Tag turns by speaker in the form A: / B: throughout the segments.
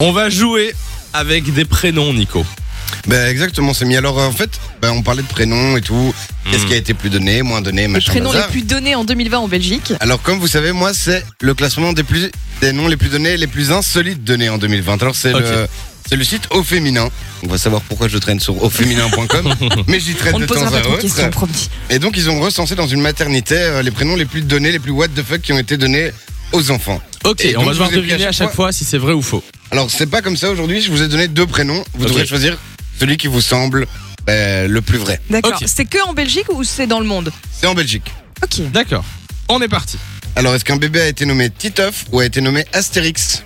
A: On va jouer avec des prénoms, Nico.
B: Ben exactement, c'est mis. Alors euh, en fait, ben, on parlait de prénoms et tout. Qu'est-ce qui a été plus donné, moins donné,
C: Les
B: machin.
C: prénoms Hmm. les
B: bazar.
C: plus donnés en 2020 en Belgique.
B: Alors comme vous savez, moi c'est le classement des plus des noms les plus donnés, et les plus insolites donnés en 2020. Alors c'est
A: Ok.
B: le c'est le site au féminin. On va savoir pourquoi je traîne sur auféminin.com, mais j'y traîne
C: On ne
B: de temps
C: posera pas
B: à
C: trop de
B: autre.
C: questions, promis.
B: Et donc ils ont recensé dans une maternité euh, les prénoms les plus donnés, les plus what the fuck qui ont été donnés aux enfants.
A: Ok,
B: Et
A: on va
B: donc,
A: devoir
B: je vous ai pris
A: deviner à chaque fois si c'est vrai ou faux.
B: Alors c'est pas comme ça aujourd'hui. Je vous ai donné deux prénoms. Vous
A: Ok.
B: devrez choisir celui qui vous semble euh, le plus vrai.
C: D'accord.
A: Ok.
C: C'est que en Belgique ou c'est dans le monde
B: C'est en Belgique.
C: Ok.
A: D'accord. On est parti.
B: Alors, est-ce qu'un bébé a été nommé Titeuf ou a été nommé Astérix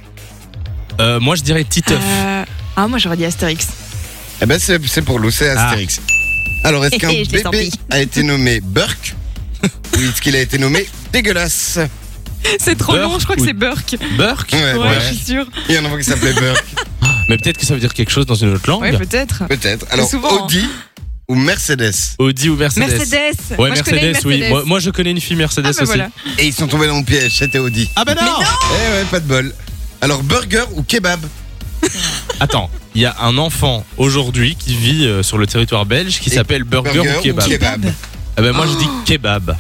A: Euh, moi, je dirais Titeuf.
C: Euh, Ah, moi j'aurais dit Astérix.
B: Eh ben, c'est c'est pour Lou, c'est
A: Ah.
B: Astérix. Alors, est-ce qu'un
C: Je
B: bébé
C: l'ai senti.
B: a été nommé Burke ou est-ce qu'il a été nommé Dégueulasse
C: C'est trop
A: Burke
C: long, je crois que
A: ou-
C: c'est Burke.
A: Burke
B: Ouais,
C: Ouais,
B: ouais.
C: je suis sûre.
B: Il y en a un enfant qui s'appelait Burke,
A: Mais peut-être que ça veut dire quelque chose dans une autre langue.
C: Ouais, peut-être.
B: peut-être. Alors,
C: souvent, hein.
B: Audi ou Mercedes
A: Audi ou Mercedes.
C: Mercedes.
A: Ouais,
C: moi, je
A: Mercedes,
C: connais une
A: oui.
C: Mercedes.
A: Moi, moi, je connais une fille Mercedes
C: Ah, bah
A: aussi.
C: voilà.
B: Et ils sont tombés dans mon piège, c'était Audi.
A: Ah, bah non,
B: Eh ouais, pas de bol. Alors, burger ou kebab
A: Attends, il y a un enfant aujourd'hui qui vit euh, sur le territoire belge qui
B: Et
A: s'appelle Burger, ou Kebab. Ah, bah moi, je dis
C: Oh.
A: Kebab.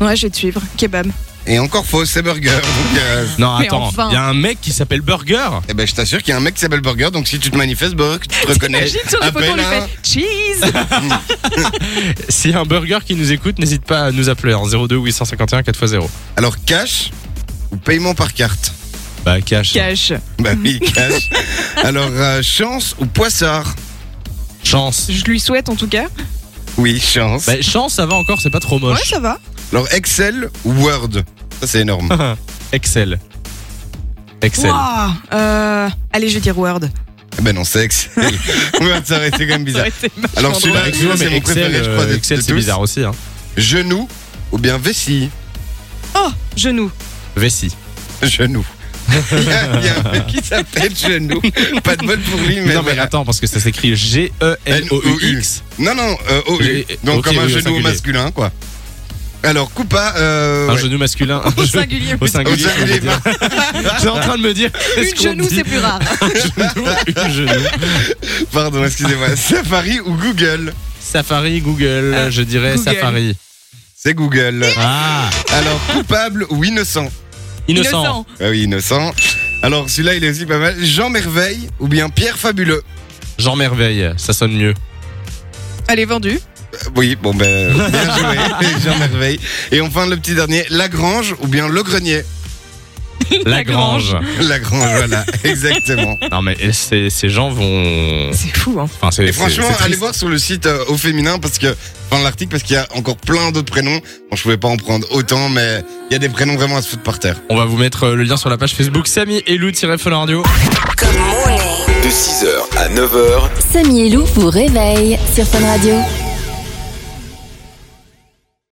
C: Ouais, je vais te suivre. Kebab.
B: Et encore faux, c'est burger. Donc, euh,
A: Non,
C: Mais
A: attends, il
C: enfin.
A: y a un mec qui s'appelle Burger.
B: eh ben, je t'assure qu'il y a un mec qui s'appelle Burger, donc si tu te manifestes, Burke, tu te reconnais.
C: Imagine sur les photos, on
B: Eh, Appelle
C: lui
B: un-
C: fait cheese.
A: S'il y a un burger qui nous écoute, n'hésite pas à nous appeler hein. en 02 851 4x0.
B: Alors, cash ou paiement par carte
A: Bah, cash.
C: Cash.
B: Bah oui, cash. Alors, euh, chance ou poissard
A: Chance.
C: Je lui souhaite en tout cas.
B: Oui, chance.
A: Bah, chance, ça va encore, c'est pas trop
C: Ouais,
A: moche.
C: ça va.
B: Alors, Excel ou Word Ça, c'est énorme.
A: Excel. Excel.
B: Bah,
C: Waouh. Euh, Allez, je vais dire Word.
B: Eh ben non, c'est Excel. Word, ça aurait été quand même bizarre.
C: Ouais, c'est marrant.
B: Alors, celui-là,
A: Bah, excuse-moi,
B: c'est
A: mais
B: mon
A: Excel,
B: préféré, je
A: euh,
B: crois, de-
A: Excel,
B: de
A: c'est
B: tous.
A: bizarre aussi. Hein.
B: Genou ou bien vessie
C: Oh, genou.
A: Vessie.
B: Genou. Il y, a il y a un mec qui s'appelle Genou. Pas de bol pour lui, mais.
A: non, mais
B: voilà.
A: attends, parce que ça s'écrit E G-E-N-O-U-X.
B: Non, non, euh, oh,
A: J'ai-
B: donc
A: ok,
B: comme
A: oui,
B: un
A: au
B: genou
A: singulier.
B: masculin, quoi. Alors, coupa. Euh,
A: Un
B: ouais.
A: genou masculin.
C: Au
A: un genou-
C: singulier.
A: Au
B: Au
A: singulier. je veux
B: singulier,
A: dire. J'étais en train de me dire. est-ce
C: Une
A: qu'on
C: genou,
A: dit
C: c'est plus rare.
A: genou, une genou
B: Pardon, excusez-moi. Safari ou Google
A: Safari, Google,
C: Euh,
A: je dirais
C: Google.
A: Safari.
B: C'est Google.
A: Ah
B: Alors, coupable ou innocent
A: Innocent.
B: Ah oui, innocent. Alors, celui-là, il est aussi pas mal. Jean Merveille ou bien Pierre Fabuleux
A: Jean Merveille, ça sonne mieux.
C: Elle est vendue.
B: Euh, Oui, bon, ben, bien joué, Jean Merveille. Et enfin, le petit dernier, Lagrange ou bien Le Grenier
A: Lagrange.
B: Lagrange, voilà, exactement.
A: Non mais ces, ces gens vont.
C: C'est fou, hein.
A: Enfin, c'est-
B: Et
A: c'est-
B: franchement,
A: c'est triste.
B: allez voir sur le site euh, au féminin parce que, enfin, l'article, parce qu'il y a encore plein d'autres prénoms. Bon, je pouvais pas en prendre autant, mais il y a des prénoms vraiment à se foutre par terre.
A: On va vous mettre euh, le lien sur la page Facebook Samy et Lou-Fun Radio.
D: De 6h à 9h,
E: Samy et Lou vous réveille sur Fun Radio.